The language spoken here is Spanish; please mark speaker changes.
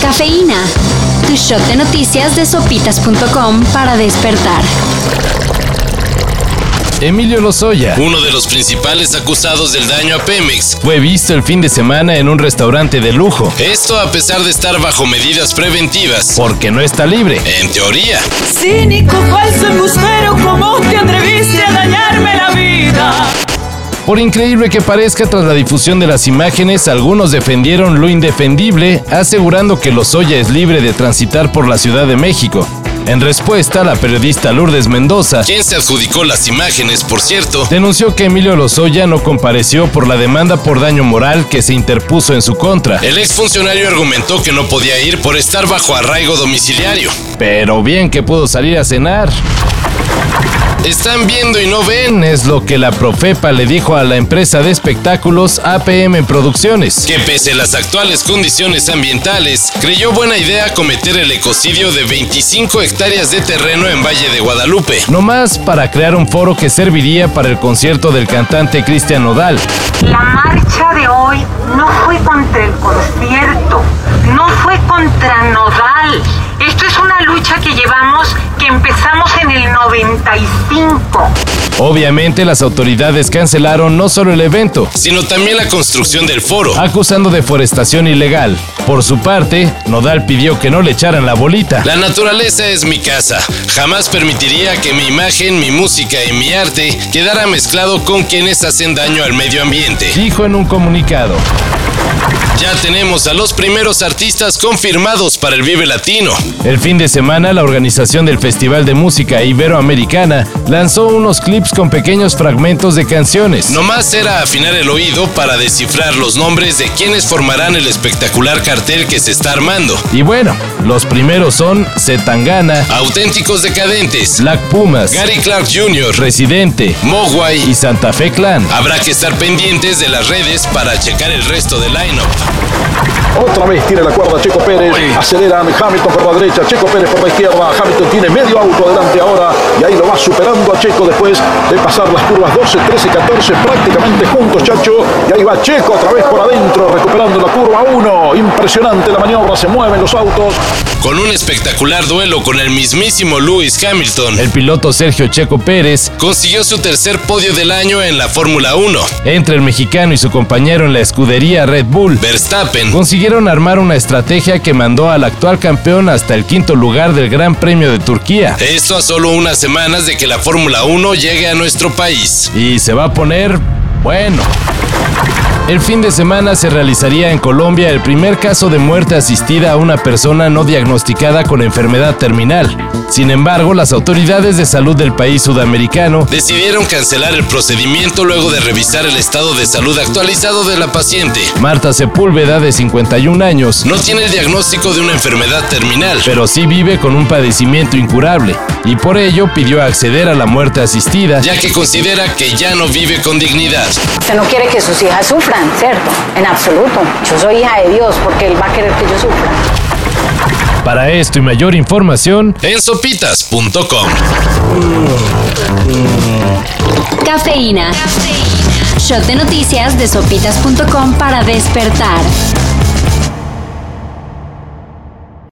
Speaker 1: Cafeína. Tu shot de noticias de sopitas.com para despertar.
Speaker 2: Emilio Lozoya
Speaker 3: Uno de los principales acusados del daño a Pemex.
Speaker 2: fue visto el fin de semana en un restaurante de lujo,
Speaker 3: Esto a pesar de estar bajo medidas preventivas.
Speaker 2: porque no está libre.
Speaker 3: En teoría.
Speaker 4: Cínico, falso, embustero, ¿cómo te atreviste a dañarme la vida?
Speaker 2: Por increíble que parezca, tras la difusión de las imágenes, algunos defendieron lo indefendible, asegurando que Lozoya es libre de transitar por la Ciudad de México. En respuesta, la periodista Lourdes Mendoza
Speaker 3: Quien se adjudicó las imágenes, por cierto?
Speaker 2: denunció que Emilio Lozoya no compareció por la demanda por daño moral que se interpuso en su contra.
Speaker 3: El exfuncionario argumentó que no podía ir por estar bajo arraigo domiciliario.
Speaker 2: Pero bien que pudo salir a cenar.
Speaker 3: Están viendo y no ven
Speaker 2: En es lo que la Profepa le dijo a la empresa de espectáculos APM Producciones.
Speaker 3: que pese a las actuales condiciones ambientales, creyó buena idea cometer el ecocidio de 25 hectáreas de terreno en Valle de Guadalupe.
Speaker 2: Nomás para crear un foro que serviría para el concierto del cantante Cristian Nodal.
Speaker 5: La marcha de hoy no fue contra el concierto, no fue contra Nodal. Esto es una lucha que llevamos, que empezamos en el 95.
Speaker 2: Obviamente las autoridades cancelaron no solo el evento,
Speaker 3: Sino también la construcción del foro.
Speaker 2: acusando deforestación ilegal. Por su parte, Nodal pidió que no le echaran la bolita.
Speaker 3: La naturaleza es mi casa. Jamás permitiría que mi imagen, mi música y mi arte quedara mezclado con quienes hacen daño al medio ambiente.
Speaker 2: Dijo en un comunicado.
Speaker 3: Ya tenemos a los primeros artistas confirmados para el Vive Latino.
Speaker 2: El fin de semana, la organización del Festival de Música Iberoamericana lanzó unos clips con pequeños fragmentos de canciones.
Speaker 3: Nomás era afinar el oído para descifrar los nombres de quienes formarán el espectacular cartel que se está armando.
Speaker 2: Y bueno, los primeros son Zetangana,
Speaker 3: Auténticos decadentes,
Speaker 2: Black Pumas,
Speaker 3: Gary Clark Jr.,
Speaker 2: Residente y
Speaker 3: Mogwai.
Speaker 2: Santa Fe Clan.
Speaker 3: Habrá que estar pendientes de las redes para checar el resto del lineup.
Speaker 6: Otra vez tira la cuerda Checo Pérez. Aceleran Hamilton por la derecha. Checo Pérez por la izquierda. Hamilton tiene medio auto adelante ahora. Y ahí lo va superando a Checo después de pasar las curvas 12, 13, 14 prácticamente juntos, Chacho. Y ahí va Checo otra vez por adentro recuperando la curva 1. Impresionante la maniobra. Se mueven los autos.
Speaker 3: Con un espectacular duelo con el mismísimo Lewis Hamilton,
Speaker 2: El piloto Sergio Checo Pérez,
Speaker 3: consiguió su tercer podio del año en la Fórmula 1.
Speaker 2: entre el mexicano y su compañero en la escudería Red Bull,
Speaker 3: Verstappen
Speaker 2: consiguieron armar una estrategia que mandó al actual campeón hasta el quinto lugar del Gran Premio de Turquía.
Speaker 3: Esto a solo unas semanas de que la Fórmula 1 llegue a nuestro país.
Speaker 2: Y se va a poner bueno. El fin de semana se realizaría en Colombia el primer caso de muerte asistida a una persona no diagnosticada con enfermedad terminal. Sin embargo, las autoridades de salud del país sudamericano
Speaker 3: Decidieron cancelar el procedimiento luego de revisar el estado de salud actualizado de la paciente.
Speaker 2: Marta Sepúlveda, de 51 años,
Speaker 3: No tiene el diagnóstico de una enfermedad terminal.
Speaker 2: pero sí vive con un padecimiento incurable, y por ello pidió acceder a la muerte asistida,
Speaker 3: ya que considera que ya no vive con dignidad.
Speaker 7: Usted no quiere que sus hijas sufran, ¿cierto? En absoluto. Yo soy hija de Dios porque Él va a querer que yo sufra.
Speaker 2: Para esto y mayor información,
Speaker 3: En sopitas.com.
Speaker 1: Cafeína. Shot de noticias de sopitas.com para despertar.